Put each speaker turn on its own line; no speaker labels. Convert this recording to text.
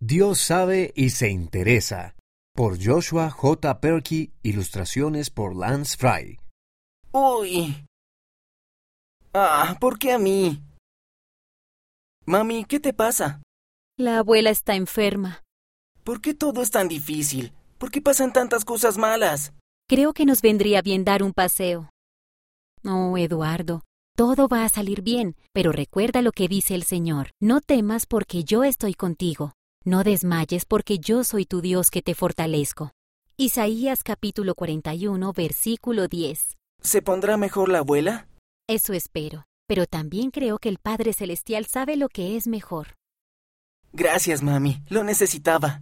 Dios sabe y se interesa. Por Joshua J. Perky, ilustraciones por Lance Fry.
Uy. Ah, ¿por qué a mí? Mami, ¿qué te pasa?
La abuela está enferma.
¿Por qué todo es tan difícil? ¿Por qué pasan tantas cosas malas?
Creo que nos vendría bien dar un paseo. Oh, Eduardo, todo va a salir bien, pero recuerda lo que dice el Señor. No temas porque yo estoy contigo. No desmayes porque yo soy tu Dios que te fortalezco. Isaías capítulo 41, versículo 10.
¿Se pondrá mejor la abuela?
Eso espero, pero también creo que el Padre Celestial sabe lo que es mejor.
Gracias, mami. Lo necesitaba.